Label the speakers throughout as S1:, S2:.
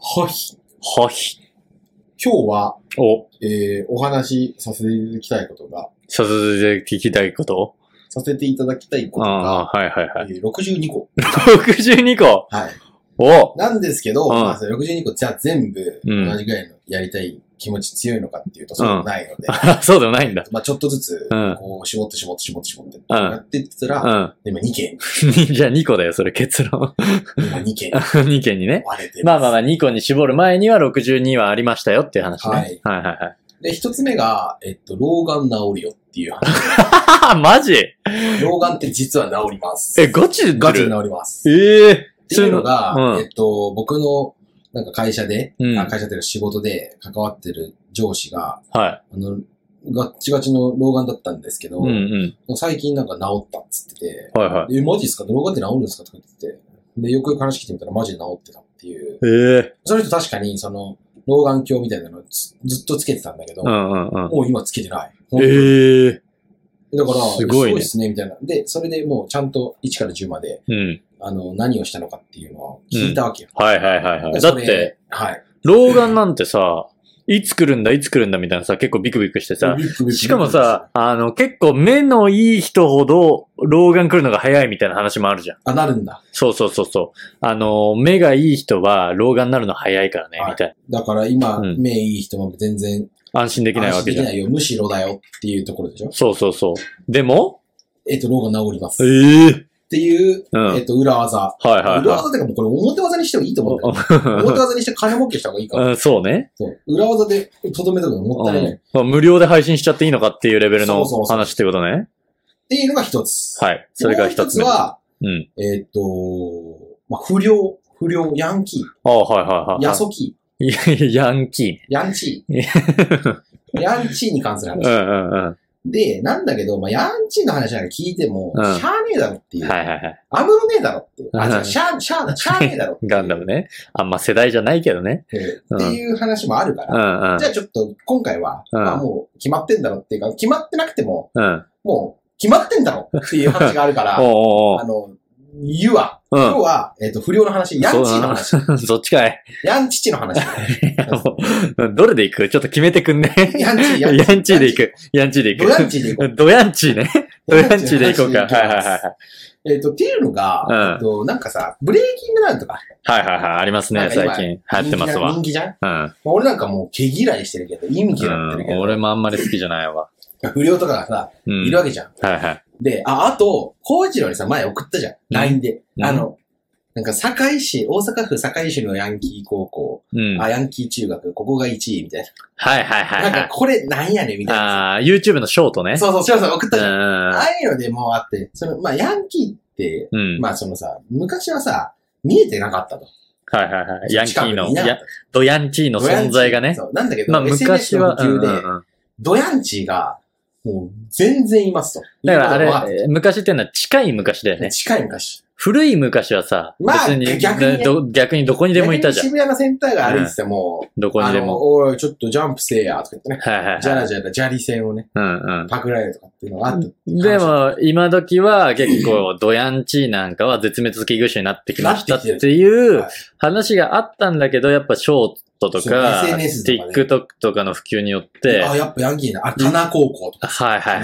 S1: はい。
S2: はひ。
S1: 今日は、
S2: お、
S1: えー、お話しさせていただきたいことが、
S2: させて聞きたいこと
S1: させていただきたいことが、
S2: ああー、はいはい はい。
S1: えー62個。
S2: 62個
S1: はい。
S2: お
S1: なんですけど、
S2: うん
S1: まあ、その62個、じゃあ全部、
S2: うん
S1: 同じぐらいのやりたい気持ち強いのかっていうと、そうでもないので、
S2: あそうでもないんだ。
S1: まあ、ちょっとずつ
S2: うん、
S1: こう、絞って絞って絞って絞って、
S2: うん
S1: やってってたら、
S2: うん。
S1: 今2件、
S2: じゃあ2個だよ、それ結論。
S1: 今2件、
S2: 2件にね。
S1: 割れて
S2: まあまあまあ、
S1: あ。
S2: 2個に絞る前には62はありましたよっていう話ね。
S1: はい
S2: はいはいはい
S1: で、1つ目が、えっと、老眼治るよっていう話。
S2: はは。マジ
S1: 老眼って実は治ります。
S2: え、ガチで
S1: ガチ
S2: 出
S1: で
S2: る
S1: 治ります。
S2: ええ
S1: っていうのが、
S2: うん
S1: えっと、僕の、なんか会社で、
S2: うん
S1: あ会社というか仕事で関わってる上司が、
S2: は
S1: あの、ガッチガチの老眼だったんですけど、
S2: い。うんうん。
S1: 最近なんか治ったっつってて、
S2: はいはい。
S1: え、マジですか老眼って治るんですかとか言ってて、で、よくよく話聞いてみたらマジで治ってたっていう。
S2: ええ
S1: その人確かに、その、老眼鏡みたいなのずずっとつけてたんだけど、
S2: うんうんうん。
S1: もう今つけてない。
S2: ええ
S1: だから、
S2: すごい
S1: す
S2: ね
S1: ですね、みたいな。で、それでもうちゃんと1から10まで、
S2: うん。
S1: あの、何をしたのかっていうのを聞いたわけよ。
S2: はいはいはいはい。
S1: で
S2: だ
S1: そ
S2: っ
S1: れ
S2: て、、
S1: はい。
S2: 老眼なんてさ、いつ来るんだいつ来るんだみたいなさ、結構ビクビクしてさ、しかもさ、、あの、結構目のいい人ほど老眼来るのが早いみたいな話もあるじゃん。
S1: あ、なるんだ。
S2: そうそうそうそう。あの、目がいい人は老眼になるの早いからね、
S1: はい
S2: みたい
S1: だから今、
S2: うん
S1: 目いい人も全然
S2: な。安心できないわ
S1: 安心
S2: け
S1: で
S2: じ
S1: き
S2: ゃん
S1: な。いよ。むしろだよっていうところでしょ。
S2: そうそうそう。でも
S1: えっと、ローが治ります。っ
S2: え
S1: ていう、
S2: うん。は
S1: えっ
S2: い
S1: と、裏技。
S2: はい
S1: 裏
S2: は
S1: 技っていうか、もうこれ表技にしてもいいと思うんだよ。表技にして金儲けした方がいいか
S2: い。
S1: ら。
S2: うん、そうね。
S1: そう裏技でとどめとくのもったいない。っ
S2: うん無料で配信しちゃっていいのかっていうレベルの
S1: そうそうそう
S2: 話ってことね。
S1: ていうのが一つ。
S2: はい。それが一つ目。
S1: もうは、
S2: うん。
S1: えっと、まあ、不良、不良、ヤンキ
S2: ああ、はいはいはい
S1: ー、ヤソキ
S2: はい。ヤンキ
S1: ー、ヤンチ ー。ヤンチーに関する
S2: ー。う
S1: 話
S2: ん。うんうん。は
S1: で、なんだけど、まあ、ヤンチンの話なんか聞いても、
S2: うん
S1: しゃあねえだろってい。
S2: いうはいはい。
S1: アムロねえだろっていう。
S2: うん
S1: あ、違うしゃあ、しゃあな、しゃあねえだろっていう。
S2: ガンダムね。あんま世代じゃないけどね。
S1: えー。っていう話もあるか
S2: うん
S1: ら。
S2: うん
S1: じ。ゃあちょっと、今回は、
S2: うん
S1: まあもう決まってんだろっていうか、決まってなくても、
S2: うん。
S1: もう決まってんだろっていう話があるから、
S2: おうおう
S1: あの、言うわ。
S2: おう。うん
S1: 今日。は、えっと、不良の話、ヤンチーの 話、
S2: そっちかい。
S1: ヤンチチの 話、
S2: もう どれで行くちょっと決めてくんね。
S1: ヤンチー、
S2: ヤ
S1: ヤンチー、
S2: ンチーで行く。ヤンチーで
S1: ドヤン
S2: 行
S1: チーでいこ う。
S2: く。ドヤンチ ーね。ドヤンチーで行こうか。はいはいはいはい。
S1: えっと、っていうのが、
S2: うん
S1: えっと、なんかさ、ブレイキングダウンとか、
S2: はいはいはい。ありますね、
S1: なんか
S2: 最
S1: 今
S2: 近。流行ってますわ。
S1: 人気じゃん人気じゃん
S2: うん。
S1: まあ俺なんかもう毛嫌いしてるけど、意味嫌い
S2: う
S1: ってるけ
S2: ん
S1: ど、
S2: 俺もあんまり好きじゃないわ。
S1: 不良とかがさ、
S2: う
S1: い
S2: ん
S1: る。わけじゃん。
S2: はいはい。
S1: で、あ、あと、高一郎にさ、前送ったじゃん。LINE で。
S2: うん
S1: あの、なんか堺市、大阪府堺市のヤンキー高校、
S2: うん。は
S1: あ、
S2: い
S1: ヤンキー中学、ここが1位みたい
S2: はいは
S1: な。
S2: いは
S1: なん
S2: い
S1: か。これなんやねんみたいな。
S2: あー、YouTube のショートね。
S1: そうそう、しらさん送ったじゃん。あ
S2: う
S1: あいうのでもうあって、その、まあヤンキーって、
S2: ん。うん。
S1: まあそのさ、昔はさ、見えてなかったと。
S2: はいはいはい。ヤンキーの、
S1: 近くにいなか
S2: や
S1: った
S2: ドヤンチーの存在がね。
S1: そう、なんだけど、
S2: まあ昔
S1: SNS の
S2: は、
S1: 普及で、
S2: うんうんうん
S1: ドヤンチーが、もう全然いますと。
S2: だから
S1: いうことが分
S2: あ
S1: かっ
S2: れ、昔ってのは近い昔だよ
S1: た
S2: ね。
S1: 近い昔。
S2: 古い昔はさ、
S1: まあ
S2: 別に
S1: 逆にね
S2: ど逆にどこにでもいたじゃん。
S1: 逆に渋谷のセンターが歩いてても、
S2: どこ
S1: あ
S2: にで
S1: の、
S2: も。
S1: おい、ちょっとジャンプせえや、とか言ってね。
S2: はいはいはい。
S1: じゃらじゃら、砂利線をね、
S2: うん
S1: パクられるとかっていうのがあっ
S2: う
S1: た。
S2: ん。でも、今時は結構、ドヤンチーなんかは絶滅危惧種になってきました
S1: なってきてる
S2: っていう
S1: はい
S2: 話があったんだけど、やっぱショートとか、
S1: そう SNS とかね
S2: TikTok とかの普及によって、
S1: あ、
S2: はい
S1: やっぱヤンキーな。あ、田名高校とか。
S2: はいは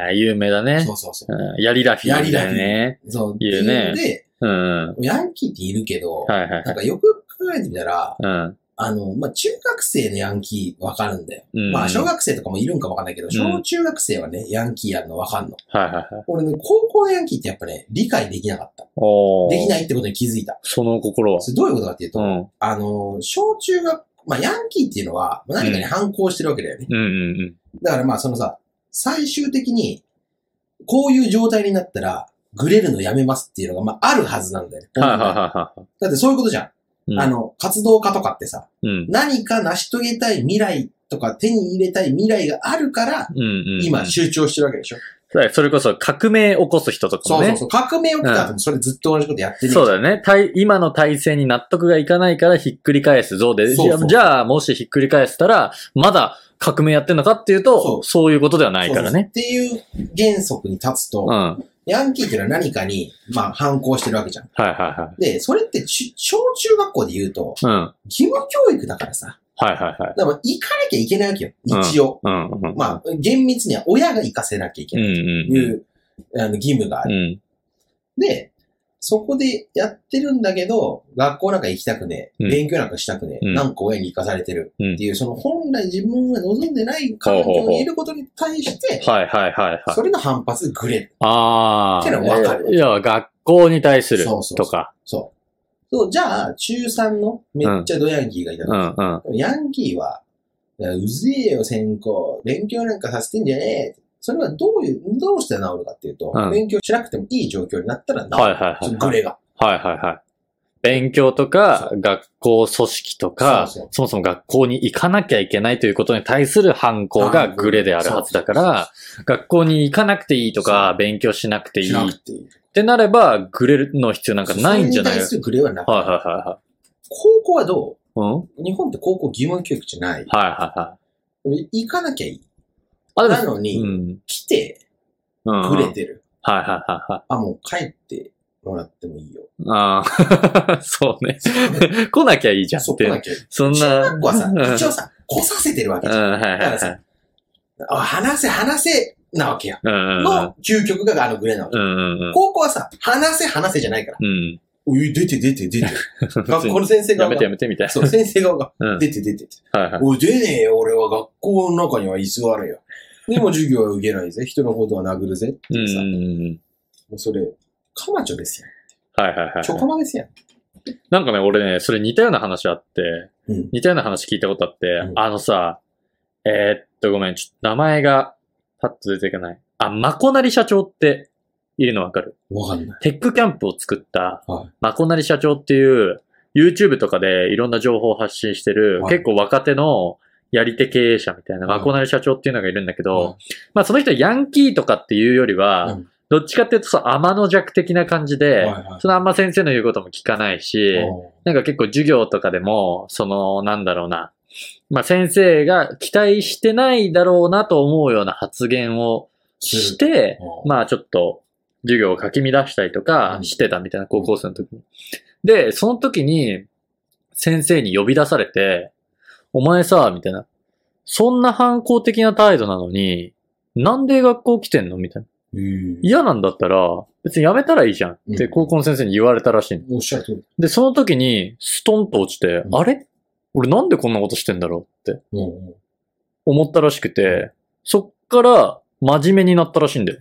S2: いはい、有名だね
S1: そ。うそうそ
S2: うんやりラフィーみたいなね。
S1: う。そう。
S2: いいよね
S1: で、
S2: うんうん。
S1: ヤンキーっているけど、
S2: はいはい
S1: なんかよく考えてみたら、
S2: うん。
S1: あの、まあ、中学生のヤンキーわかるんだよ。
S2: うん。
S1: まあ、小学生とかもいるんかわかんないけど、
S2: ん
S1: 小中学生はね、ヤンキーやるのわかんの。
S2: はいはいはい。
S1: 俺ね、高校のヤンキーってやっぱね、理解できなかった。
S2: おー
S1: できないってことに気づいた。
S2: その心は。
S1: それどういうことかっていうと、
S2: うん。うん
S1: あの、小中学、まあ、ヤンキーっていうのは、まあ何かに反抗してるわけだよね。
S2: うんうん。
S1: だからまあ、そのさ、最終的に、こういう状態になったら、グレるのやめますっていうのが、まあ、あるはずなんだよね。
S2: はいはいは
S1: だってそういうことじゃん。
S2: いはい。
S1: あの、活動家とかってさ、
S2: うん、うん。
S1: 何か成し遂げたい未来とか手に入れたい未来があるから、
S2: うんうんうん。
S1: 今、集中してるわけでしょ。
S2: そうだよそれこそ革命起こす人とか
S1: そ
S2: も
S1: う
S2: ね。
S1: そうそう。革命起きた後もそれずっと同じことやってる。
S2: そうだよね。体今の体制に納得がいかないからひっくり返すぞで。
S1: そうそう
S2: じゃあじゃあ、もしひっくり返したら、まだ革命やってんのかっていうと、
S1: そ
S2: そうういうことではないからね。
S1: そうそうそうっていう原則に立つと、
S2: うん。
S1: ヤンキーっていうのは何かに、まあ、反抗してるわけじゃん。
S2: はいはいはい。
S1: で、それってち、小中学校で言うと、
S2: うん。は
S1: 義務教育だからさ。
S2: いはいはい。
S1: だから、行かなきゃいけないわけよ。一応。
S2: うんうん。
S1: まあ、厳密には親が行かせなきゃいけ
S2: うん
S1: ない。
S2: うん
S1: い
S2: うん。
S1: う、あの、義務がある。
S2: うん。
S1: で、そこでやってるんだけど、学校なんか行きたくねえ、
S2: うん
S1: 勉強なんかしたくねえ、
S2: うん
S1: なんか親に行かされてる
S2: うん
S1: っていう、その本来自分が望んでない環境にいることに対して、
S2: はいはいはいはい。
S1: それの反発でグレる。
S2: ああ。
S1: ってのはわかる
S2: いや、学校に対する
S1: そうそうそう
S2: とか。
S1: そう。そう、じゃあ、中3のめっちゃドヤンキーがいた
S2: う
S1: の。
S2: んうん。
S1: ヤンキーは、いやうぜえよ、専攻。勉強なんかさせてんじゃねえ。それはどういう、どうして治るかっていうと、
S2: うん
S1: 勉強しなくてもいい状況になったら治る。
S2: はいはいはい。
S1: グレが。
S2: はいはいはい。勉強とか、学校組織とか
S1: そうそう
S2: そもそも学校に行かなきゃいけないということに対する反抗がグレであるはずだから、学校に行かなくていいとか
S1: そ、う
S2: 勉強しなくてい
S1: しないく
S2: って
S1: いい。
S2: てなれば、グレの必要なんかないんじゃな
S1: それに
S2: いはい
S1: 対するグレはなく
S2: はいは
S1: 高校はど
S2: いはい。うんはい
S1: 日本って高校義務教育じゃない。
S2: はいはい。
S1: 行かなきゃいい。
S2: あ、
S1: な
S2: も、
S1: の
S2: う
S1: に、
S2: ん。
S1: 来て、
S2: うん。
S1: グレてる。
S2: はいはいはいはい。
S1: あ、もう帰ってもらってもいい よ。
S2: ああ、 そうね。来なきゃいいじゃん
S1: そ
S2: っ
S1: こな
S2: て。
S1: きゃいい。
S2: そん
S1: 中
S2: な。
S1: 学校はさ
S2: うん、
S1: 一応さ、来させてるわけ
S2: う
S1: じゃん。
S2: ん、はいは
S1: だ
S2: い
S1: か
S2: は
S1: ら
S2: い
S1: さ。、あ話せ、話せ、なわけよ。
S2: うんうんうん。
S1: の究極があのグレなわけ
S2: う。んうんうん。
S1: 高校はさ、話せ、話せじゃないから。
S2: うん。
S1: おい、出て、出て、出 て。学校の先生
S2: や
S1: 側
S2: めてや
S1: が。
S2: めてみたい
S1: そう、先生側が。
S2: な。うん。
S1: 出て、出て。
S2: はいはい。
S1: おい、出ねえよ、俺は学校の中には居座るよ。でも授業は受けないぜ。人のことは殴るぜ。って
S2: うん
S1: いうさ、
S2: う
S1: も
S2: んうん。
S1: うそれ、カマチョですよ。
S2: はいはいはい
S1: チョ。コマですよ。
S2: なんかね、俺ね、それ似たような話あって、
S1: うん。
S2: 似たような話聞いたことあって、
S1: うん
S2: あのさ、えーっと、ごめん、ちょっと名前が、パッと出てこない。あ、まこなり社長って、いるのわかる
S1: わかんない。
S2: テックキャンプを作った
S1: はい、
S2: まこなり社長っていう、YouTube とかでいろんな情報を発信してる、
S1: はい
S2: 結構若手のやり手経営者みたいな、
S1: はい
S2: まこなり社長っていうのがいるんだけ
S1: は
S2: ど、まあその人はヤンキーとかっていうよりは、
S1: うん
S2: どっちかっていうとそう、天の弱的な感じで、
S1: はいはい
S2: そのあんま先生の言うことも聞かないし、
S1: お
S2: なんか結構授業とかでも、その、なんだろうな、まあ先生が期待してないだろうなと思うような発言をして、
S1: うん
S2: まあちょっと授業をかき乱したりとか
S1: うん
S2: してたみたいな高校生の時に。で、その時に先生に呼び出されて、お前さ、みたいな。そんな反抗的な態度なのに、なんで学校来てんのみたい
S1: ー
S2: な。
S1: うん
S2: 嫌なんだったら、別にやめたらいいじゃん。って
S1: うん
S2: 高校の先生に言われたらしいの。
S1: おっしゃる通り。
S2: で、その時に、ストンと落ちて、
S1: うん
S2: あれ俺なんでこんなことしてんだろうって
S1: うんうん
S2: 思ったらしくて、そっから真面目になったらしいんだよ。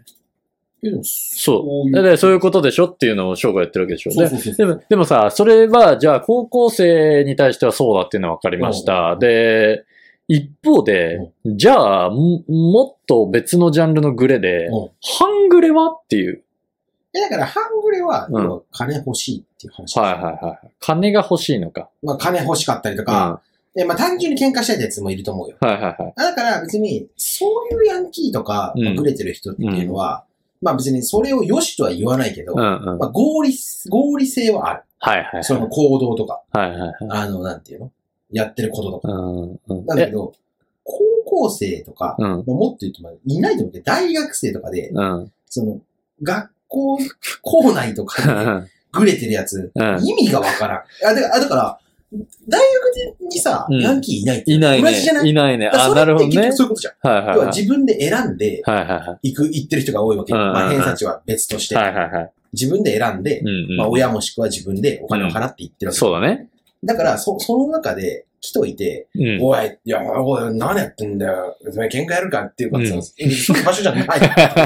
S1: えでも
S2: そう。
S1: い
S2: で、でそういうことでしょっていうのを翔がやってるわけでしょ。
S1: そう
S2: で
S1: そうそう
S2: でも、でもさ、それは、じゃあ高校生に対してはそうだっていうのは分かりました。
S1: うん
S2: で、一方で、じゃあ、ももっと別のジャンルのグレで、
S1: うん
S2: 半グレはっていう。
S1: えだから、ハングレは、
S2: うん
S1: 要は金欲しいっていう話。
S2: はいはいはい。金が欲しいのか。
S1: まあ、金欲しかったりと
S2: うん
S1: か、でまあ、単純に喧嘩したいってやつもいると思うよ。
S2: はいはいはい。
S1: だから別に、そういうヤンキーとか、
S2: うん
S1: まあグレてる人っていうのは、まあ別にそれを良しとは言わないけど、
S2: うんうん。
S1: まあ合理、合理性はある。
S2: はいはい
S1: その行動とか、
S2: はい。はいはいはい。
S1: あの、なんていうのやってることとか。
S2: うんうん
S1: なんだけど、高校生とか、
S2: うん。
S1: まあもっと言うと、まあいないと思うけど、大学生とかで、
S2: うん。
S1: その、学校、校内と
S2: う
S1: かで
S2: ん。
S1: グレてるやつ、
S2: うん
S1: 意味がわからん。あ、だから、あだから大学にさ、
S2: うん
S1: ヤンキーいないって
S2: いない
S1: 同じじゃない
S2: ね。いないね。
S1: だから
S2: あ、
S1: そ
S2: な
S1: れ
S2: る
S1: っ
S2: ほ
S1: て結
S2: どね。
S1: 局そういうことじゃん。
S2: はいはい
S1: 要は
S2: はい。
S1: 自分で選んで、
S2: はいはいはい。
S1: 行く、行ってる人が多いわけ。
S2: うんうんうん
S1: まあ、偏差値は別として。
S2: はいはいはい。
S1: 自分で選んで、
S2: うん
S1: まあ、
S2: う
S1: 親もしくは自分でお金を払って行ってる
S2: ん。
S1: わけ。
S2: そうだね。
S1: だから、そ、その中で来といて、
S2: うん。
S1: おい、いや、おい、何やってんだよ。それ喧嘩やるかっていうか、
S2: うん
S1: そういう場所じ ゃない。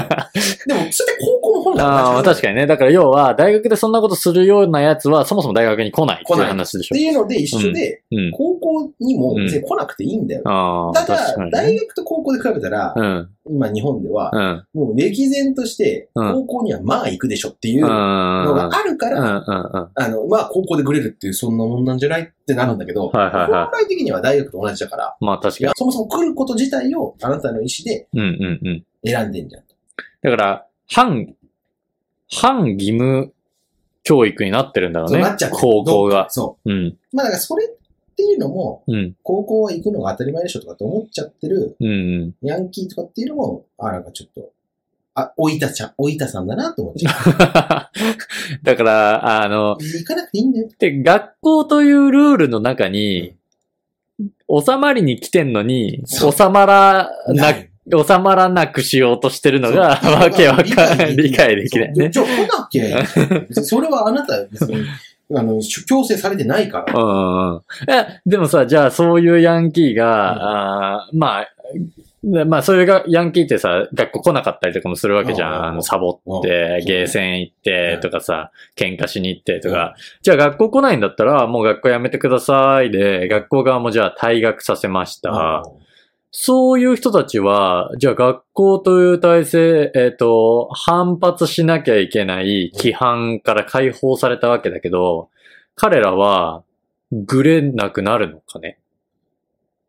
S1: でも、それって高校の本来
S2: あ あ、まあ確
S1: に。
S2: かにね。だから要は、大学でそんなことするようなやつは、そもそも大学に来ないってい
S1: 来
S2: う
S1: ない
S2: 話でし
S1: っていうので一緒で、
S2: ょ。うん。
S1: 高校にも別に来なくていいんだよ。
S2: ああ、
S1: た
S2: 確
S1: だ、
S2: かに
S1: 大
S2: ね。
S1: 学と高校で比べたら、
S2: うん。
S1: 今日本では、
S2: うん。
S1: もう歴然として、
S2: うん。
S1: 高校にはまあ行くでしょっていううん
S2: う
S1: の
S2: ん。
S1: があるから、
S2: うん。
S1: あの、まあ、高校でグレるっていう、そんなもんなんじゃないってなるんだけど、
S2: はいはいはい
S1: 本来的には大学と同じだから、
S2: まあ確
S1: い
S2: か
S1: や、そもそも来ること自体をあなたの意思で
S2: に。うんうんうん。
S1: 選んでんじゃん。
S2: だから、反、反義務教育になってるんだろう
S1: そう
S2: ね
S1: なっちゃっ。てる
S2: 高校が。
S1: そ
S2: うん。
S1: う。まあ、だからそれっていうのも、
S2: うん。
S1: 高校は行くのが当たり前でしょとかって思っちゃってる
S2: うんうん。
S1: ヤンキーとかっていうのも、あ、なんかちょっと、あ、おいたちゃん、おいたさんだなと思っちゃ う。
S2: だから、あの、
S1: 行かなくていいんだよ。
S2: で、学校というルールの中に、収まりに来てんのに、
S1: そう
S2: 収まらな、
S1: い
S2: 収まらなくしようとしてるのが、
S1: そう
S2: わけわかんない。理解できない
S1: そう
S2: ね。
S1: じゃあ来なきゃいいじゃん別にそれはあなた、別に、あの、強制されてないから。
S2: うんうんうん。え、でもさ、じゃあそういうヤンキー
S1: うん
S2: が、あーまあ、でまあ、そういうが、ヤンキーってさ、学校来なかったりとかもするわけじゃ
S1: うんうん
S2: ん。
S1: うん
S2: あの、サボっ
S1: うん
S2: て、ゲーセン行って、とかさ、喧嘩しに行って、とか。じゃあ学校来ないんだったら、もう学校やめてくださいで、学校側もじゃあ退学させました。そういう人たちは、じゃあ学校という体制、えっ、と、反発しなきゃいけない規範から解放されたわけだけど、彼らは、ぐれなくなるのかね。
S1: い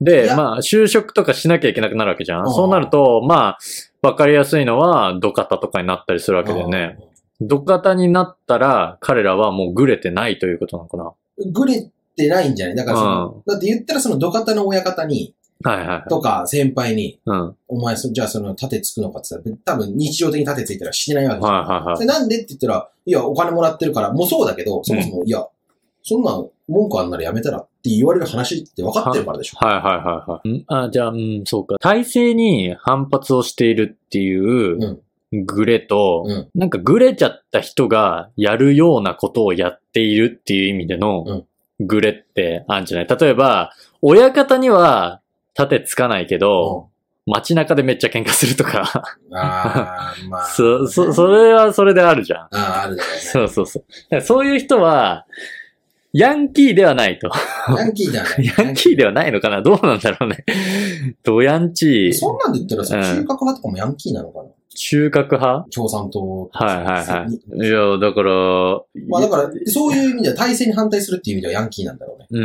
S2: で、
S1: や
S2: まあ、就職とかしなきゃいけなくなるわけじゃ
S1: うん
S2: ん。そうなると、まあ、わかりやすいのは、土方とかになったりするわけだよね。土方になったら、彼らはもうぐれてないということなのかな。
S1: うん。グレてないんじゃないだからその、だって言ったらその土方の親方に、
S2: はいはいはい。
S1: とか先輩に、
S2: うん。はい
S1: お前そ、じゃあその盾つくのかって言ったら、多分日常的に盾ついたらしてないわけじゃん。
S2: はいはい
S1: そ。れなんでって言ったら、いや、お金もらってるから、もうそうだけど、そもそも、いや、そんなん文句あんならやめたらって言われる話って分かってるからでしょ。
S2: はいはいはいはい。んあ、じゃあ、うん、そうか。体制に反発をしているっていう
S1: う ん。
S2: グレと、
S1: うん
S2: なんかグレちゃった人がやるようなことをやっているっていう意味でのグレってあるんじゃない例えば、親方には盾つかないけど、街中でめっちゃ喧嘩するとか、
S1: うんあー、まあ。
S2: そ、そ、それはそれであるじゃん。
S1: あーあるだろ
S2: そうそうそう。だからそういう人は、ヤンキーではないと。
S1: うね。ヤンキーじゃない。
S2: ヤンキーではないのかなどうなんだろうね。ドヤンチー。
S1: そんなんで言ったらさ、
S2: うん
S1: 中核派とかもヤンキーなのかな
S2: 中核派
S1: 共産党。
S2: はいはいはい。いや、だから、
S1: まあだから、そういう意味では体制に反対するっていう意味ではヤンキーなんだろうね。
S2: う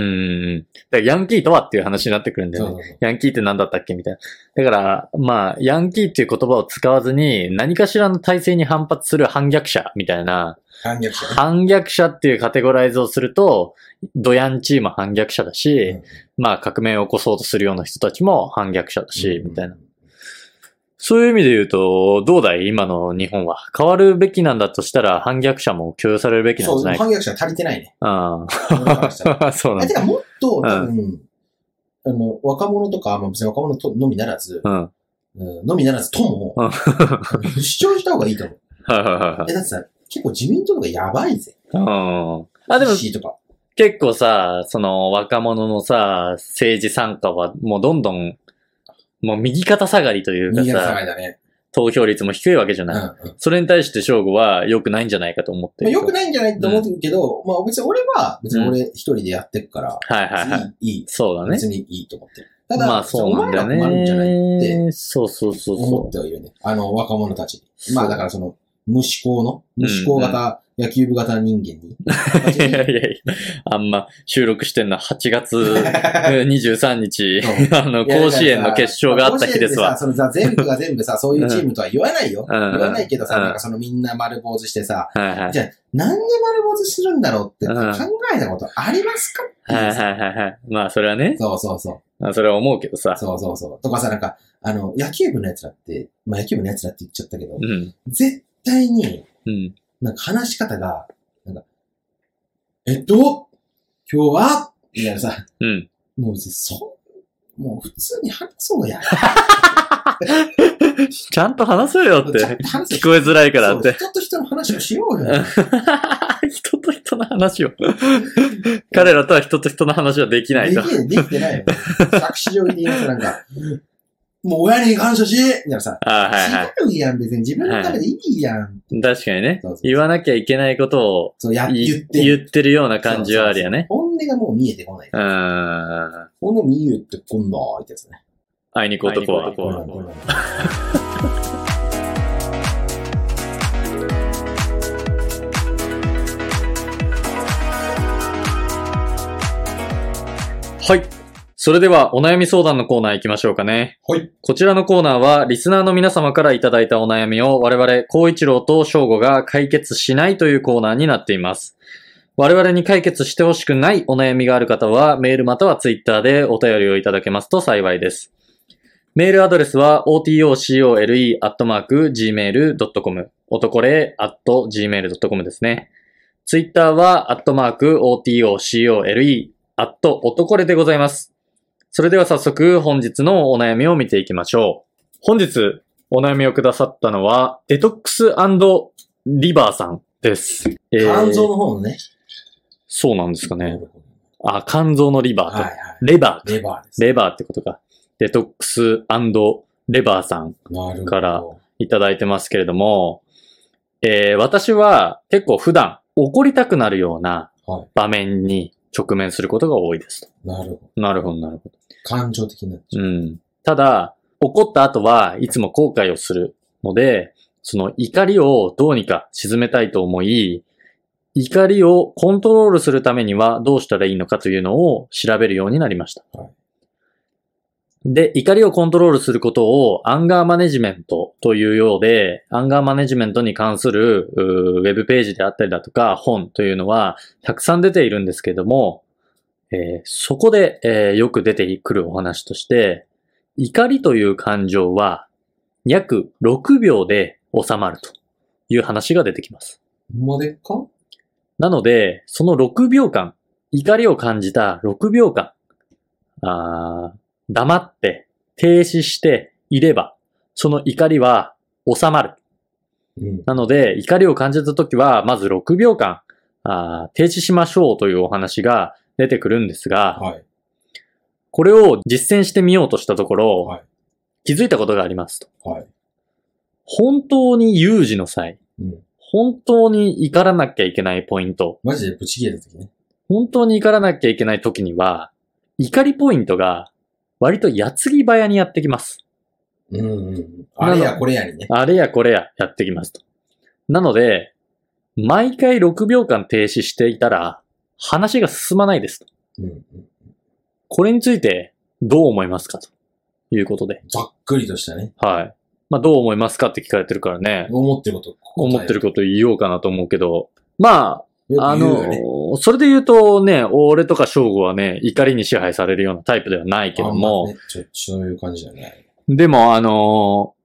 S2: ん。だからヤンキーとはっていう話になってくるんだ
S1: そう
S2: よ
S1: そ
S2: ね。
S1: うそう
S2: ヤンキーって何だったっけみたいな。だから、まあ、ヤンキーっていう言葉を使わずに、何かしらの体制に反発する反逆者みたいな、
S1: 反逆者ね。
S2: 反逆者っていうカテゴライズをすると、ドヤンチーも反逆者だし、
S1: うん
S2: まあ、革命を起こそうとするような人たちも反逆者だし、
S1: うん
S2: みたいな。そういう意味で言うと、どうだい今の日本は。変わるべきなんだとしたら、反逆者も許容されるべきなん
S1: そ
S2: じ
S1: う、
S2: ゃないか。
S1: 反逆者足りてないね。
S2: あ
S1: 俺からしたら
S2: あ。 そうな
S1: え、
S2: ん
S1: て
S2: だ。
S1: かもっと、多分、あの、若者とか、まあ別に若者とのみならず
S2: う、ん。はい
S1: うんのみならずとも、
S2: うん
S1: あの主張した方がいいと思う。
S2: はいは
S1: え、だってさ、結構自民党とかやばいぜ。
S2: いはい。うん。あ、でも
S1: C とか。
S2: 結構さ、その若者のさ、政治参加はもうどんどん、もう右肩下がりというか
S1: 右が下が
S2: さ、
S1: りだね。
S2: 投票率も低いわけじゃ
S1: うん
S2: ない。それに対して省吾は良くないんじゃないかと思って
S1: まあ。
S2: る。
S1: よくないんじゃないって思うけど、まあ別に俺は、別に俺一人でやってくから、
S2: はいはいはい。
S1: 別にいい。
S2: そうだね。
S1: 別にいいと思ってる。ただ、
S2: まあそうなんだよ
S1: お前ら困るんじゃないって
S2: ね。そうそうそう
S1: 思
S2: そ
S1: っ
S2: う。
S1: てはいるね。あの、若者たちに。まあだからその、無思考の、無思考型、野球部型人間に。
S2: いやいやいやあんま収録してんのは8月 23日、 あの、甲子園の決勝があった日ですわ。
S1: 甲子園でさそのさ全部が全部さ、そういうチームとは言わないよ。
S2: うんうん
S1: 言わないけどさ、
S2: うん
S1: なんかそのみんな丸坊主してさ、
S2: はいはい。
S1: じゃあ、なんで丸坊主するんだろうって
S2: うん
S1: 考えたことありますかって
S2: はいいう
S1: さ
S2: はいはいはい。まあ、それはね、
S1: そうそうそう。
S2: まあそれは思うけどさ。
S1: そうそうそう。とかさ、なんか、あの、野球部の奴らって、まあ野球部の奴らって言っちゃったけど
S2: う、ん。
S1: 絶対に、
S2: うん。
S1: なんか話し方が、なんか、えっと、今日は、みたいなさ、
S2: うん。
S1: もう別にそう、もう普通に話そうや。
S2: ちゃんと話そうよっ
S1: ちゃん
S2: て。
S1: と話せ
S2: 聞こえづらいからって。
S1: そう人と人の話をしようよ。
S2: 人と人の話を。 彼らとは人と人の話はできない
S1: で
S2: と。
S1: きできてないよ。作詞上に言いますなんか、もう親に感謝しみたいなさ、
S2: ああはいは
S1: 違うやん、別に自分のためでいいやん。
S2: い。確かにね
S1: そうそう。
S2: 言わなきゃいけないことを
S1: そうや、
S2: い
S1: 言って
S2: 言ってるような感じはあるよね。
S1: そうそうそう本音がもう見えてこない。
S2: うーん。
S1: 本音見えてこんなーってやつね。
S2: あいにく男は。
S1: こんなん
S2: はい。それではお悩み相談のコーナー行きましょうかね。
S1: はい。
S2: こちらのコーナーはリスナーの皆様からいただいたお悩みを我々、高一郎と翔吾が解決しないというコーナーになっています。我々に解決してほしくないお悩みがある方はメールまたはツイッターでお便りをいただけますと幸いです。メールアドレスは otocole.gmail.com 男れ .gmail.com ですね。ツイッターは otocole 男れでございます。それでは早速本日のお悩みを見ていきましょう。本日お悩みをくださったのはデトックスリバーさんです。えー
S1: 肝臓の方のね。
S2: そうなんですかね。あ、肝臓のリバ
S1: は
S2: ー
S1: いは
S2: と。レバー
S1: い。レ
S2: か
S1: バーです。
S2: レバーってことか。デトックスレバーさん
S1: なるほど。
S2: からいただいてますけれども、えー私は結構普段怒りたくなるような
S1: はい
S2: 場面に直面することが多いですと。
S1: なるほど。
S2: なるほど、なるほ
S1: 感情的になっちゃ
S2: ど。うん。ただ、怒った後はいつも後悔をするので、その怒りをどうにか沈めたいと思い、怒りをコントロールするためにはどうしたらいいのかというのを調べるようになりました。
S1: はい
S2: で、怒りをコントロールすることをアンガーマネジメントというようで、アンガーマネジメントに関するうーウェブページであったりだとか本というのはたくさん出ているんですけども、えーそこで、えーよく出てくるお話として、怒りという感情は約6秒で収まるという話が出てきます。
S1: う。ほんまでっか
S2: なので、その6秒間、怒りを感じた6秒間、あー黙って、停止していれば、その怒りは収まる。
S1: うん。
S2: なので、怒りを感じた時は、まず6秒間、あー停止しましょうというお話が出てくるんですが、
S1: はい。
S2: これを実践してみようとしたところ、
S1: はい
S2: 気づいたことがありますと。
S1: はい。
S2: 本当に有事の際、
S1: うん。
S2: 本当に怒らなきゃいけないポイント、
S1: マジでブチ切れた時ね。
S2: 本当に怒らなきゃいけない時には、怒りポイントが割と矢継ぎ早にやってきます。
S1: うんうんうん。あれやこれやにね。
S2: あれやこれややってきますと。なので、毎回6秒間停止していたら、話が進まないですと。
S1: うんうん。
S2: これについてどう思いますかということで。
S1: ざっくりとしたね。
S2: はい。まあどう思いますかって聞かれてるからね。
S1: 思ってること。
S2: 思ってること言おうかなと思うけど。まあ、
S1: 答
S2: あ
S1: えをよく言うよね。
S2: の、それで言うとね、俺とか翔吾はね、怒りに支配されるようなタイプではないけど
S1: あんま
S2: も、
S1: ねちょそういう感じだね。
S2: でもあの、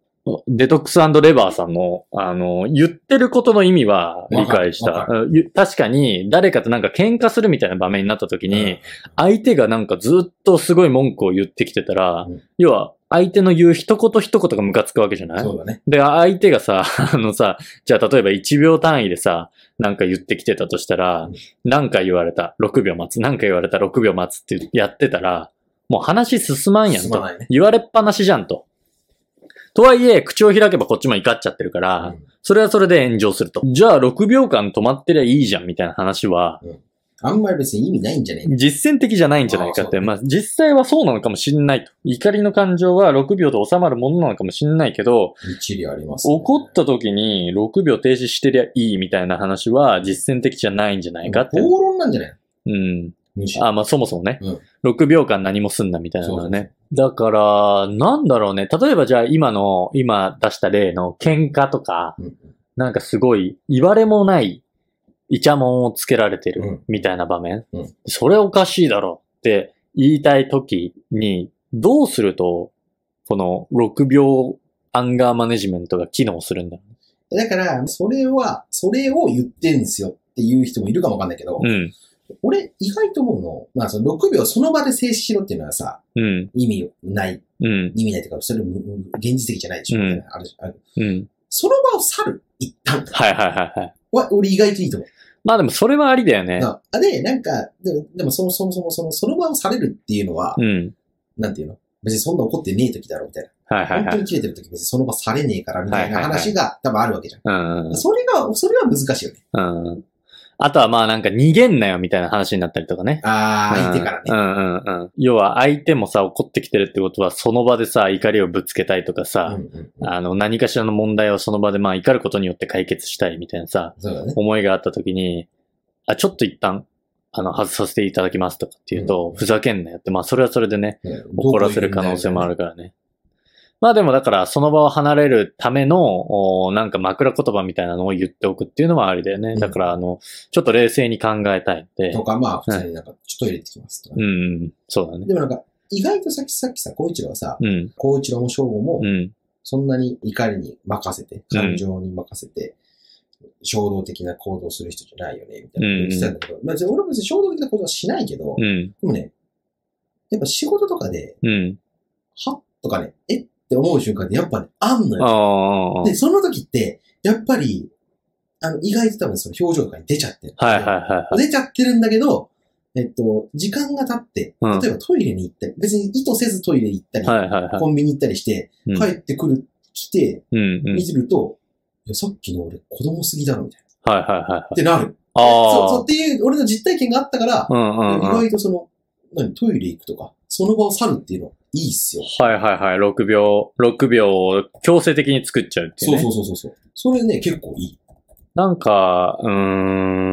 S2: デトックスレバーさんの、あの、言ってることの意味は理解し
S1: わ
S2: た
S1: か。
S2: うんゆ確かに、誰かとなんか喧嘩するみたいな場面になった時に、
S1: うん
S2: 相手がなんかずっとすごい文句を言ってきてたら、
S1: うん
S2: 要は、相手の言う一言一言がムカつくわけじゃない
S1: そうだね。
S2: で、相手がさ、 あのさ、じゃあ例えば1秒単位でさ、なんか言ってきてたとしたら
S1: うん、
S2: なんか言われた、6秒待つ、なんか言われた、6秒待つってやってたら、もう話進まんやん
S1: 進ま
S2: と。
S1: ないね。
S2: 言われっぱなしじゃんと。とはいえ、口を開けばこっちも怒っちゃってるから、
S1: うん
S2: それはそれで炎上すると。じゃあ6秒間止まってりゃいいじゃんみたいな話は、
S1: あんまり別に意味ないんじゃね
S2: 実践的じゃないんじゃないかって。
S1: あーそう
S2: まあ、実際はそうなのかもしんないと。怒りの感情は6秒で収まるものなのかもしんないけど、
S1: 一理ありますね。
S2: 怒った時に6秒停止してりゃいいみたいな話は実践的じゃないんじゃないかって。
S1: 暴論なんじゃない
S2: うん。
S1: のむしろ。
S2: あ、まあそもそもね。
S1: うん
S2: 6秒間何もすんなみたいなのはね。だから、なんだろうね。例えばじゃあ今の、今出した例の喧嘩とか、
S1: うん
S2: なんかすごい言われもないイチャモンをつけられて
S1: う
S2: る
S1: ん
S2: みたいな場面。
S1: うん
S2: それおかしいだろうって言いたい時に、どうすると、この6秒アンガーマネジメントが機能するんだろ
S1: だから、それは、それを言ってんすよっていう人もいるかもわかんないけど
S2: う。う、ん。
S1: 俺意外と思うの、まあその6秒その場で静止しろっていうのはさ、
S2: うん、
S1: 意味ない、
S2: うん、
S1: 意味ないというか、それむ現実的じゃないでしょ、
S2: うん
S1: みたいなあるある
S2: うん。
S1: その場を去る、一旦
S2: はいはいはいはい。
S1: は、俺意外といいと思う。
S2: まあでもそれはありだよね。
S1: なあで、なんか、でも、でもそもそもそもその、その場を去れるっていうのは、
S2: うん。な
S1: な
S2: ん
S1: んていうの別にそんな怒ってねえ時だろ、みたいな。
S2: はいはい
S1: 本
S2: は
S1: 当に
S2: い。
S1: 切れてる時別にその場されねえから、みたいな
S2: はいはいはい
S1: 話が多分あるわけじゃん。
S2: うん、
S1: それが、それは難しいよね。
S2: うん。うん。あとはまあなんか逃げんなよみたいな話になったりとかね。
S1: あー、相手から
S2: う
S1: ね。
S2: んうんうん。要は相手もさ、怒ってきてるってことは、その場でさ、怒りをぶつけたいとかさ、
S1: うんうんうん
S2: あの、何かしらの問題をその場でまあ怒ることによって解決したいみたいなさ、
S1: そうだね。
S2: 思いがあった時に、あ、ちょっと一旦、あの、外させていただきますとかっていうと、
S1: うん
S2: ふざけんなよって、まあそれはそれでね、 怒らせる可能性もあ
S1: る。
S2: るからね。まあでもだから、その場を離れるための、おーなんか枕言葉みたいなのを言っておくっていうのはありだよね。
S1: うん
S2: だから、あの、ちょっと冷静に考えたいんで
S1: と。か、まあ、普通になんか、ちょっと入れてきますとか
S2: う。ん、そうだね。
S1: でもなんか、意外とさっきさっきさ、孝一郎はさ、
S2: うん。
S1: 孝一郎も翔吾も
S2: う、ん。
S1: そんなに怒りに任せて、
S2: うん
S1: 感情に任せて、衝動的な行動する人じゃないよね、みたいなこと言ってたんだけど、まあ、俺も別に衝動的な行動はしないけど、
S2: うん。
S1: でもね、やっぱ仕事とかで、
S2: うん。
S1: はっとかね、えって思う瞬間ってやっぱね、あんのよ。
S2: ああ。
S1: で、その時って、やっぱり、あの、意外と多分その表情とかに出ちゃってる。
S2: はいはいはいはい。
S1: 出ちゃってるんだけど、えっと、時間が経って、
S2: うん
S1: 例えばトイレに行ったり、別に意図せずトイレ行ったり、
S2: はいはいはい。
S1: コンビニ行ったりして、
S2: うん
S1: 帰ってくる、来て、
S2: うんうん。
S1: 見てると、いやさっきの俺子供すぎだろ、みたいな。
S2: はいはいはいはい
S1: っ。てなる。そう、そう
S2: あ
S1: っていう、俺の実体験があったから
S2: あ。う、んうん
S1: 意
S2: うん。はい
S1: 外とその、何、トイレ行くとか、その場を去るっていうの、いいっすよ。
S2: はいはい。6秒、6秒を強制的に作っちゃうってい
S1: そ
S2: う、ね。
S1: うそうそうそうそう。それね、結構いい。
S2: なんか、うー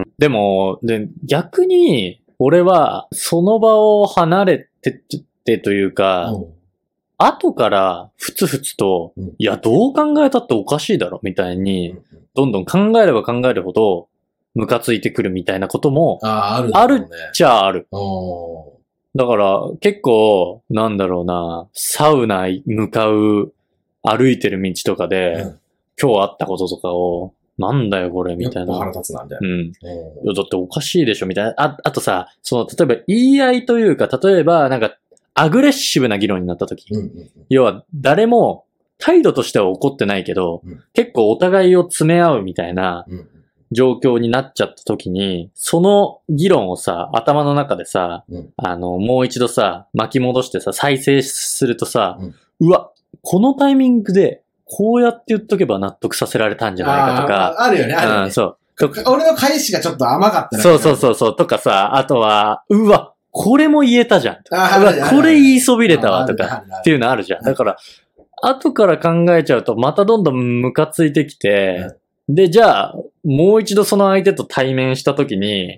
S2: ん。でも、で、逆に、俺は、その場を離れてってというか、
S1: うん
S2: 後から、ふつふつと、
S1: うん
S2: いや、どう考えたっておかしいだろ、みたいに、
S1: うん
S2: どんどん考えれば考えるほど、ムカついてくるみたいなことも、
S1: ああ、ある、
S2: ある。じゃあある。
S1: うん。
S2: だから、結構、なんだろうな、サウナ向かう、歩いてる道とかで、
S1: うん
S2: 今日あったこととかを、なんだよこれ、み
S1: やった
S2: い
S1: ぱ
S2: な
S1: 腹。立つな、みたい
S2: うん。
S1: な。
S2: いやだっておかしいでしょ、みたいな。あ、あとさ、その、例えば言い合いというか、例えば、なんか、アグレッシブな議論になった時、
S1: うん。うん。うん
S2: 要は、誰も、態度としては怒ってないけど、
S1: うん
S2: 結構お互いを詰め合うみたいな
S1: うん。
S2: 状況になっちゃった時に、その議論をさ、頭の中でさ、
S1: うん
S2: あの、もう一度さ、巻き戻してさ、再生するとさ、
S1: うん
S2: うわ、このタイミングで、こうやって言っとけば納得させられたんじゃないかと
S1: あ
S2: か、
S1: ーあるよね、あるよ
S2: うん、
S1: ね。
S2: そう。とか
S1: 俺の返しがちょっと甘かった
S2: そうそう
S1: う。
S2: そうそう。とかさ、あとは、うわ、これも言えたじゃん。う
S1: あーある
S2: わ、これ言いそびれたわ、とか、
S1: か
S2: っていうのあるじゃん。だから、後から考えちゃうと、またどんどんムカついてきて、で、じゃあ、もう一度その相手と対面したときに、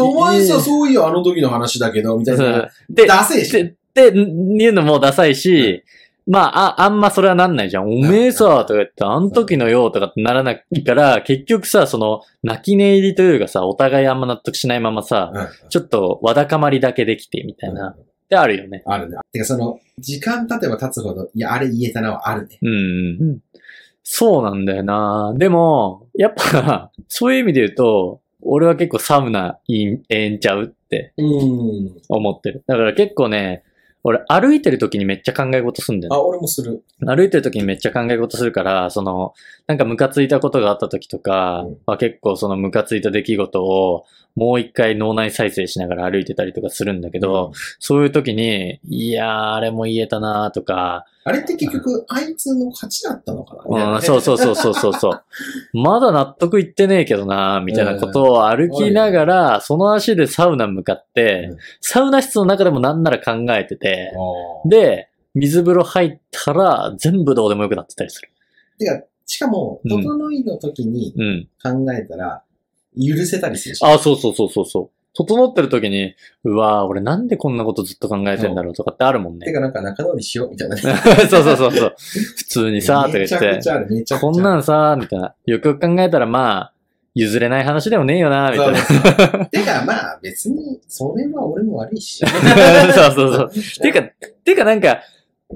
S1: お前
S2: い
S1: さ、
S2: い
S1: そういや、あの時の話だけど、みたいな。
S2: で、
S1: ダセえ
S2: で、
S1: し。
S2: で、言うのもダサいし、まあ、あ、あんまそれはなんないじゃん。おめえさ、とか言って、あん時のよ、とかってならないから、結局さ、その、泣き寝入りというかさ、お互いあんま納得しないままさ、
S1: うん
S2: ちょっとわだかまりだけできて、みたいな。ってあるよね。
S1: あるね。てか、その、時間経てば経つほど、いや、あれ言えたなはあるね。
S2: うんうんうん。そうなんだよなでも、やっぱ、 そういう意味で言うと、俺は結構サウナいい、ええんちゃうって
S1: うん。
S2: 思ってる。だから結構ね、俺歩いてる時にめっちゃ考え事すんだよね
S1: あ、俺もする。
S2: 歩いてる時にめっちゃ考え事するから、その、なんかムカついたことがあった時とか
S1: うん
S2: は結構そのムカついた出来事をもう一回脳内再生しながら歩いてたりとかするんだけど、そういう時に、いやー、あれも言えたなーとか、
S1: あれって結局、あいつの勝ちだったのかなみたいな
S2: う
S1: ね
S2: ん、そうそうそうそうそうそう。 まだ納得いってねえけどなーみたいなことを歩きながら、その足でサウナ向かって
S1: うん、
S2: サウナ室の中でもなんなら考えてて、
S1: あー
S2: で、水風呂入ったら全部どうでもよくなってたりする。
S1: てか、しかも、
S2: うん
S1: 整いの時に
S2: うん。
S1: 考えたら、許せたりするし。
S2: あ、そうそうそうそうそう。整ってる時に、うわぁ、俺なんでこんなことずっと考えてんだろうとかってあるもん
S1: て
S2: ね。
S1: か、なんか仲直りしよう、みたい なね。
S2: そうそうそうそう。普通にさ、とか言
S1: め
S2: っ
S1: ちゃく
S2: て
S1: ち、ゃある、めちゃくちゃある。
S2: こんなんさ、みたいな。よくよく考えたら、まあ、譲れない話でもねえよな、みたいな。そ
S1: てか、まあ、別に、それは俺も悪い し。
S2: う そうそう。てか、てかなんか、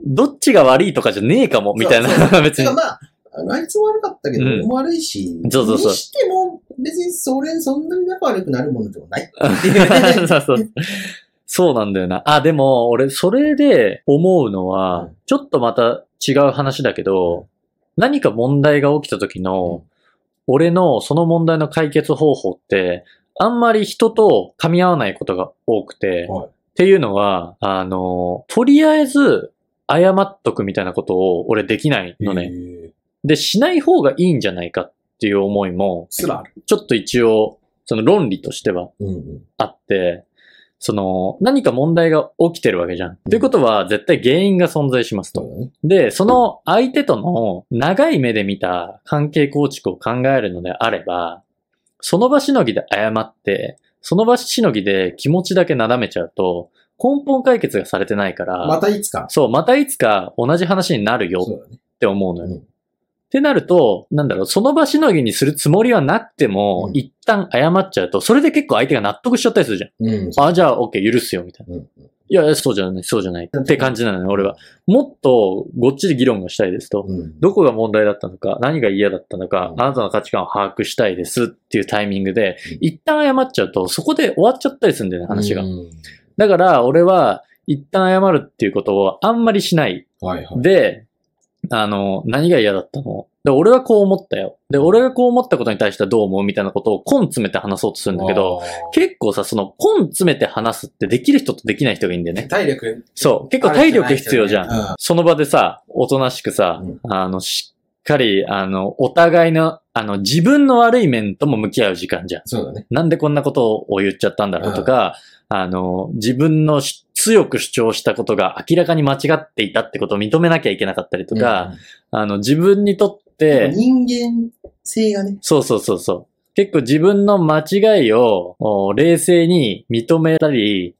S2: どっちが悪いとかじゃねえかも、みたい
S1: そう
S2: な。 別
S1: て
S2: に
S1: か、。まあ、あのあいつも悪かったけど、
S2: うん
S1: 俺も悪いし。
S2: そうそうそう
S1: にしても、別にそれ、そんなに仲悪くなるものでもない。
S2: そうそう。そうなんだよな。あ、でも、俺、それで思うのは、
S1: うん
S2: ちょっとまた違う話だけど、何か問題が起きた時の、俺のその問題の解決方法って、あんまり人と噛み合わないことが多くて、
S1: はい
S2: っていうのは、あの、とりあえず、謝っとくみたいなことを俺できないのね。
S1: へー
S2: で、しない方がいいんじゃないかっていう思いも、
S1: すらある。
S2: ちょっと一応、その論理としては
S1: うんうん。
S2: あって、その、何か問題が起きてるわけじゃん。ということは、絶対原因が存在します
S1: そう
S2: と。
S1: だね。
S2: で、その相手との長い目で見た関係構築を考えるのであれば、その場しのぎで謝って、その場しのぎで気持ちだけなだめちゃうと、根本解決がされてないから、
S1: またいつか。
S2: そう、またいつか同じ話になるよ
S1: そうだね。
S2: って思うのよ。
S1: うん
S2: ってなると、なんだろう、その場しのぎにするつもりはなくても、
S1: うん
S2: 一旦謝っちゃうと、それで結構相手が納得しちゃったりするじゃん。
S1: うん。
S2: あ、じゃあ、オッケー、許すよ、みたいな。
S1: うん
S2: いや、そうじゃない、そうじゃない。って感じなのね、俺は。もっと、ごっちり議論がしたいですと。
S1: うん。
S2: どこが問題だったのか、何が嫌だったのか
S1: う、ん
S2: あなたの価値観を把握したいですっていうタイミングで、一旦謝っちゃうと、そこで終わっちゃったりするんだよね、話が
S1: う。ん
S2: だから、俺は、一旦謝るっていうことをあんまりしない。
S1: はいはい。
S2: で、あの、何が嫌だったので、俺はこう思ったよ。で、俺がこう思ったことに対してはどう思うみたいなことを根詰めて話そうとするんだけど、
S1: あー、
S2: 結構さ、その根詰めて話すってできる人とできない人がいいんだよね。
S1: 体力、
S2: そう。結構体力必要じゃん。
S1: ん。
S2: その場でさ、おとなしくさ、
S1: うん
S2: あの、しっかり、あの、お互いの、あの、自分の悪い面とも向き合う時間じゃん。
S1: そうだね。
S2: なんでこんなことを言っちゃったんだろうとか、あの、自分のし強く主張したことが明らかに間違っていたってことを認めなきゃいけなかったりとか、あの、自分にと
S1: う
S2: っ
S1: ん、
S2: て、
S1: 人間性がね、
S2: そうそうそうそう。結構自分の間違いをお冷静に認めたり、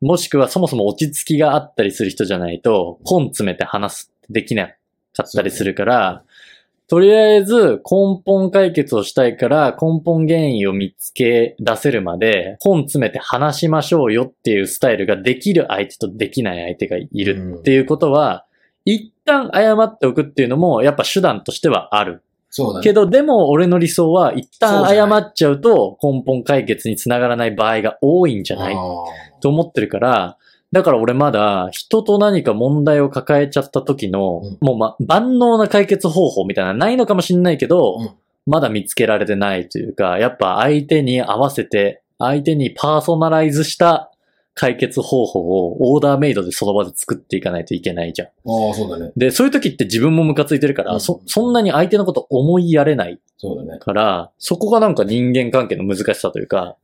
S2: もしくはそもそも落ち着きがあったりする人じゃないと、根詰めて話すってできなかったりするから、とりあえず根本解決をしたいから根本原因を見つけ出せるまで根詰めて話しましょうよっていうスタイルができる相手とできない相手がいるっていうことは、一旦謝っておくっていうのもやっぱ手段としてはある。
S1: そうだね。
S2: けど、でも俺の理想は、一旦
S1: そうじ
S2: 謝
S1: ゃない
S2: っちゃうと、根本解決につながらない場合が多いんじゃない
S1: あー
S2: と思ってるから、だから俺まだ、人と何か問題を抱えちゃった時の、
S1: うん
S2: もうま、万能な解決方法みたいなのないのかもしんないけど、
S1: うん
S2: まだ見つけられてないというか、やっぱ相手に合わせて、相手にパーソナライズした解決方法をオーダーメイドでその場で作っていかないといけないじゃん。
S1: ああ、そうだね。
S2: で、そういう時って自分もムカついてるから、
S1: うん
S2: そ、そんなに相手のこと思いやれない
S1: そうだね。
S2: から、そこがなんか人間関係の難しさというか、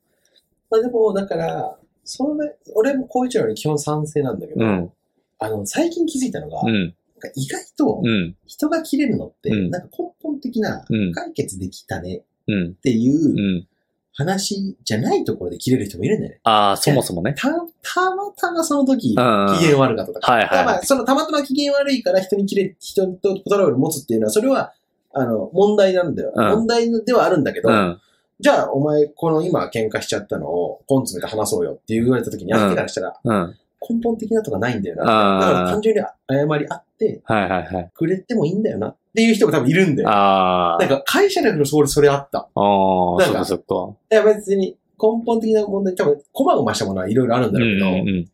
S1: まあでも、だから、それ、俺もこういうのに基本賛成なんだけど、
S2: うん、
S1: あの、最近気づいたのが、
S2: う
S1: なん
S2: ん、
S1: か意外と
S2: うん、
S1: 人が切れるのって、
S2: うん
S1: なんか根本的な
S2: うん
S1: 解決できたね
S2: うん、。
S1: っていううん話じゃないところで切れる人もいるんだよね。
S2: ああ、そもそもね。
S1: た、たまたまその時
S2: う、ん。うん
S1: 機嫌悪かったとか。
S2: はいはい
S1: まあ、そのたまたま機嫌悪いから人に切れ、人とトラブル持つっていうのは、それは、あの、問題なんだよ。
S2: うん
S1: 問題ではあるんだけど、
S2: うん。
S1: じゃあ、お前、この今喧嘩しちゃったのを、コン詰めて話そうよって言われた時に、相手からしたら、
S2: うん。
S1: 根本的なとかないんだよな。だから
S2: あ
S1: 単純に謝りあって
S2: あ。はいはいはい。
S1: くれてもいいんだよなっていう人が多分いるんだよ。
S2: ああ。
S1: なんか会社だけどそれそれあった。
S2: ああ、
S1: なん
S2: そっか
S1: か
S2: そっか。
S1: いや別に根本的な問題、多分、こまごましたものはいろいろあるん
S2: う
S1: だ
S2: ん、
S1: ろうけど、
S2: うん、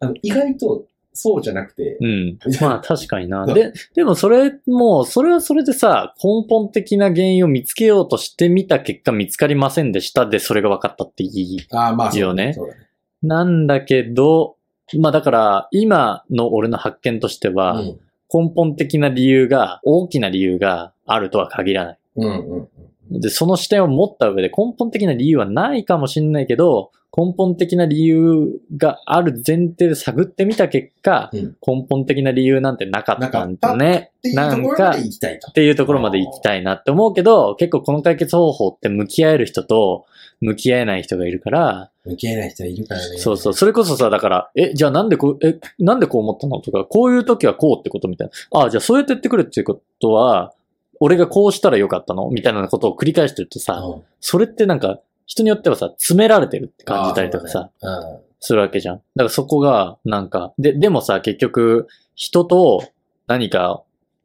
S1: あの意外とそうじゃなくて、
S2: うん。 うん。まあ確かにな。
S1: うん
S2: で、でもそれも、それはそれでさ、根本的な原因を見つけようとしてみた結果見つかりませんでしたで、それが分かったっていい
S1: ああ、まあ
S2: 一応ね
S1: そうだね。
S2: なんだけど、まあだから、今の俺の発見としては、
S1: うん
S2: 根本的な理由が、大きな理由があるとは限らない。
S1: うんうん。
S2: で、その視点を持った上で根本的な理由はないかもしれないけど、根本的な理由がある前提で探ってみた結果、
S1: うん
S2: 根本的な理由なんてなかったんだね。
S1: っていうところまで行きたいと
S2: っ。ていうところまで行きたいなって思うけど、結構この解決方法って向き合える人と向き合えない人がいるから、
S1: 向き合えない人はいるからね。
S2: そうそう。それこそさ、だから、え、じゃあなんでこう、え、なんでこう思ったのとか、こういう時はこうってことみたいな。ああ、じゃあそうやってやってくるっていうことは、俺がこうしたらよかったのみたいなことを繰り返してるとさ、
S1: うん。
S2: それってなんか、人によってはさ、詰められてるって感じたりとかさ、
S1: ああ。そうだね
S2: するわけじゃん。だからそこが、なんか、で、でもさ、結局、人と何か、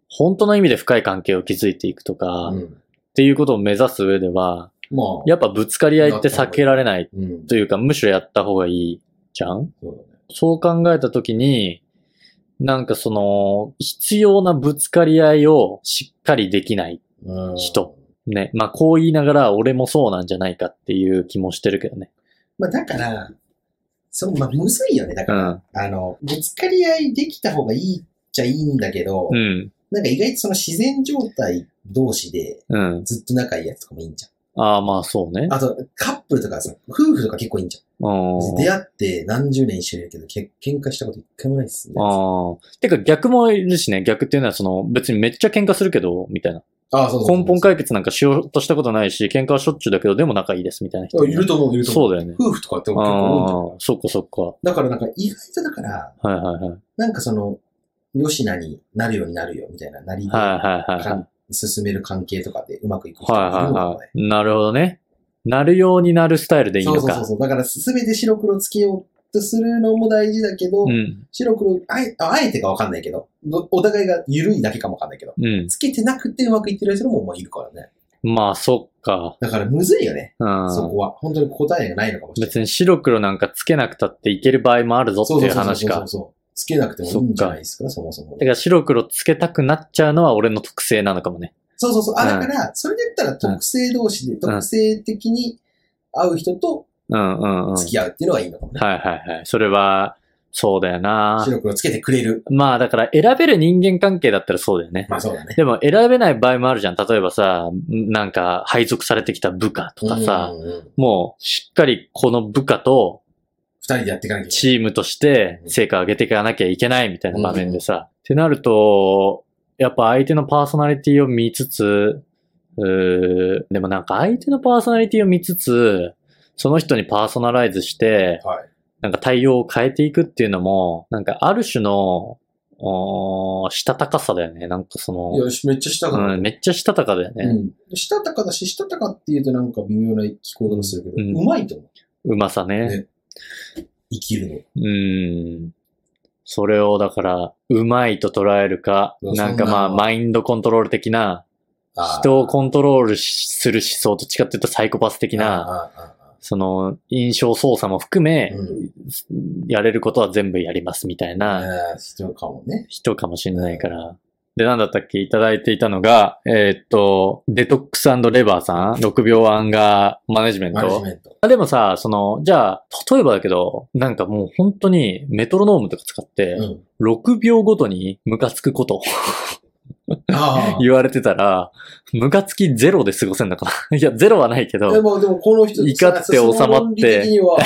S2: 本当の意味で深い関係を築いていくとか、
S1: う
S2: っ
S1: ん。うん
S2: ていうことを目指す上では、
S1: まあ、
S2: やっぱぶつかり合いって避けられない
S1: うん。
S2: というか、むしろやった方がいいじゃん
S1: そうだね。
S2: そう考えたときに、なんかその、必要なぶつかり合いをしっかりできない。
S1: うん
S2: 人。ね。まあこう言いながら俺もそうなんじゃないかっていう気もしてるけどね。
S1: まあだから、そう、まあむずいよね。だ
S2: う
S1: から、
S2: ん。
S1: あの、ぶつかり合いできた方がいいっちゃいいんだけど、
S2: うん。
S1: なんか意外とその自然状態同士で
S2: うん。
S1: ずっと仲いいやつとかもいいんじ
S2: ああ、まあそうね
S1: ゃん。。あと、カップルとかさ、夫婦とか結構いいんじゃん。
S2: うん。
S1: 出会って何十年一緒にいるけど、け喧嘩したこと一回もないっすね。
S2: ああ。てか逆もいるしね。逆っていうのはその、別にめっちゃ喧嘩するけど、みたいな。
S1: ああ、そうそうそう
S2: 根本解決なんかしようとしたことないし、喧嘩はしょっちゅうだけど、でも仲いいですみたいな人
S1: あいると思う、いると思う。
S2: そうだよね。
S1: 夫婦とかって結
S2: あ
S1: 構多いじゃん
S2: あ、そっかそっか。
S1: だからなんか意外とだから、
S2: はいはいはい。
S1: なんかその、よしなになるようになるよ、みたいな、なりで、
S2: はいはいはい、はい
S1: か。ん進める関係とかでうまくいく人
S2: はい
S1: がい
S2: は
S1: る
S2: い
S1: のかもね
S2: はい。なるほどね。なるようになるスタイルでいい
S1: そう
S2: の
S1: そうそう
S2: か。
S1: そう。だから、すべて白黒つけようとするのも大事だけど、
S2: うん。
S1: 白黒、あえああえてかわかんないけど、どお互いが緩いだけかもわかんないけど、
S2: うん。
S1: つけてなくてうまくいってる人ももういるからね。
S2: まあ、そっか。
S1: だからむずいよね、
S2: うん。
S1: そこは。本当に答えがないのかもしれない。
S2: 別に白黒なんかつけなくたっていける場合もあるぞっていう
S1: そ
S2: 話か
S1: う。そう。つけなくてもいいんじゃないですか、そもそも
S2: だ。から白黒つけたくなっちゃうのは俺の特性なのかもね。
S1: そうそうそう。あ、
S2: うん
S1: だから、それで言ったら特性同士で、特性的に会う人と
S2: うんうんうん。はい
S1: 付き合うっていうのがいいのかもね。
S2: はいはい。それは、そうだよな。
S1: 白黒つけてくれる。
S2: まあだから選べる人間関係だったらそうだよね。
S1: まあそうだね。
S2: でも選べない場合もあるじゃん。例えばさ、なんか配属されてきた部下とかさ、
S1: うんうんうん
S2: もうしっかりこの部下と
S1: 二人でやっていかなきゃいけない。
S2: チームとして成果を上げていかなきゃいけないみたいな場面でさ、ってなると、やっぱ相手のパーソナリティを見つつ、うーでもなんか相手のパーソナリティを見つつ、その人にパーソナライズして、
S1: はい。
S2: なんか対応を変えていくっていうのも、なんかある種の、おーしたたかさだよね。なんかその、
S1: よし、めっちゃしたか
S2: う
S1: ら
S2: ん、めっちゃしたたかだよ
S1: う
S2: ね。
S1: ん。したたかだし、したたかっていうとなんか微妙な聞こえ方するけど、
S2: うん
S1: うまいと思う。
S2: うまさね。
S1: ね生きる
S2: うん。それをだから、うまいと捉えるか、
S1: いや
S2: なんかまあ、
S1: そんな
S2: マインドコントロール的な、
S1: の。あー
S2: 人をコントロールする思想と違って言うとサイコパス的な、
S1: あーあーあ
S2: その、印象操作も含め、
S1: うん
S2: やれることは全部やりますみたい
S1: ー
S2: な、
S1: あー人かもね。
S2: 人かもしれないから。で、なんだったっけいただいていたのが、えーっと、デトックスレバーさん ?6 秒アンガーマネジメン
S1: マネジ
S2: ト
S1: メント。
S2: あでもさ、その、じゃあ、例えばだけど、なんかもう本当にメトロノームとか使って、
S1: うん。
S2: 6秒ごとにムカつくこと
S1: ああ。
S2: 言われてたら、ムカつきゼロで過ごせんのかな いや、ゼロはないけど、
S1: でも、でもこの人
S2: 怒って収まって
S1: その論理的には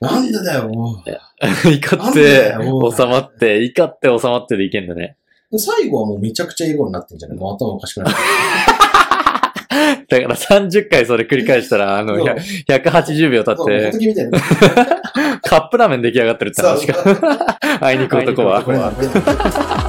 S1: なんでだよ、も
S2: 怒
S1: な
S2: っ
S1: ん
S2: て
S1: でもう
S2: 収まって、怒って収まってでいけんだね。
S1: う。最後はもうめちゃくちゃ笑顔になってんじゃないもう頭おかしくな って
S2: だから30回それ繰り返したら、あの、
S1: る。
S2: 100 180秒経
S1: そうそう
S2: っ
S1: 仏
S2: て、
S1: みたいな。
S2: カップラーメン出来上がってるって話か。あいにく男 は。
S1: これは。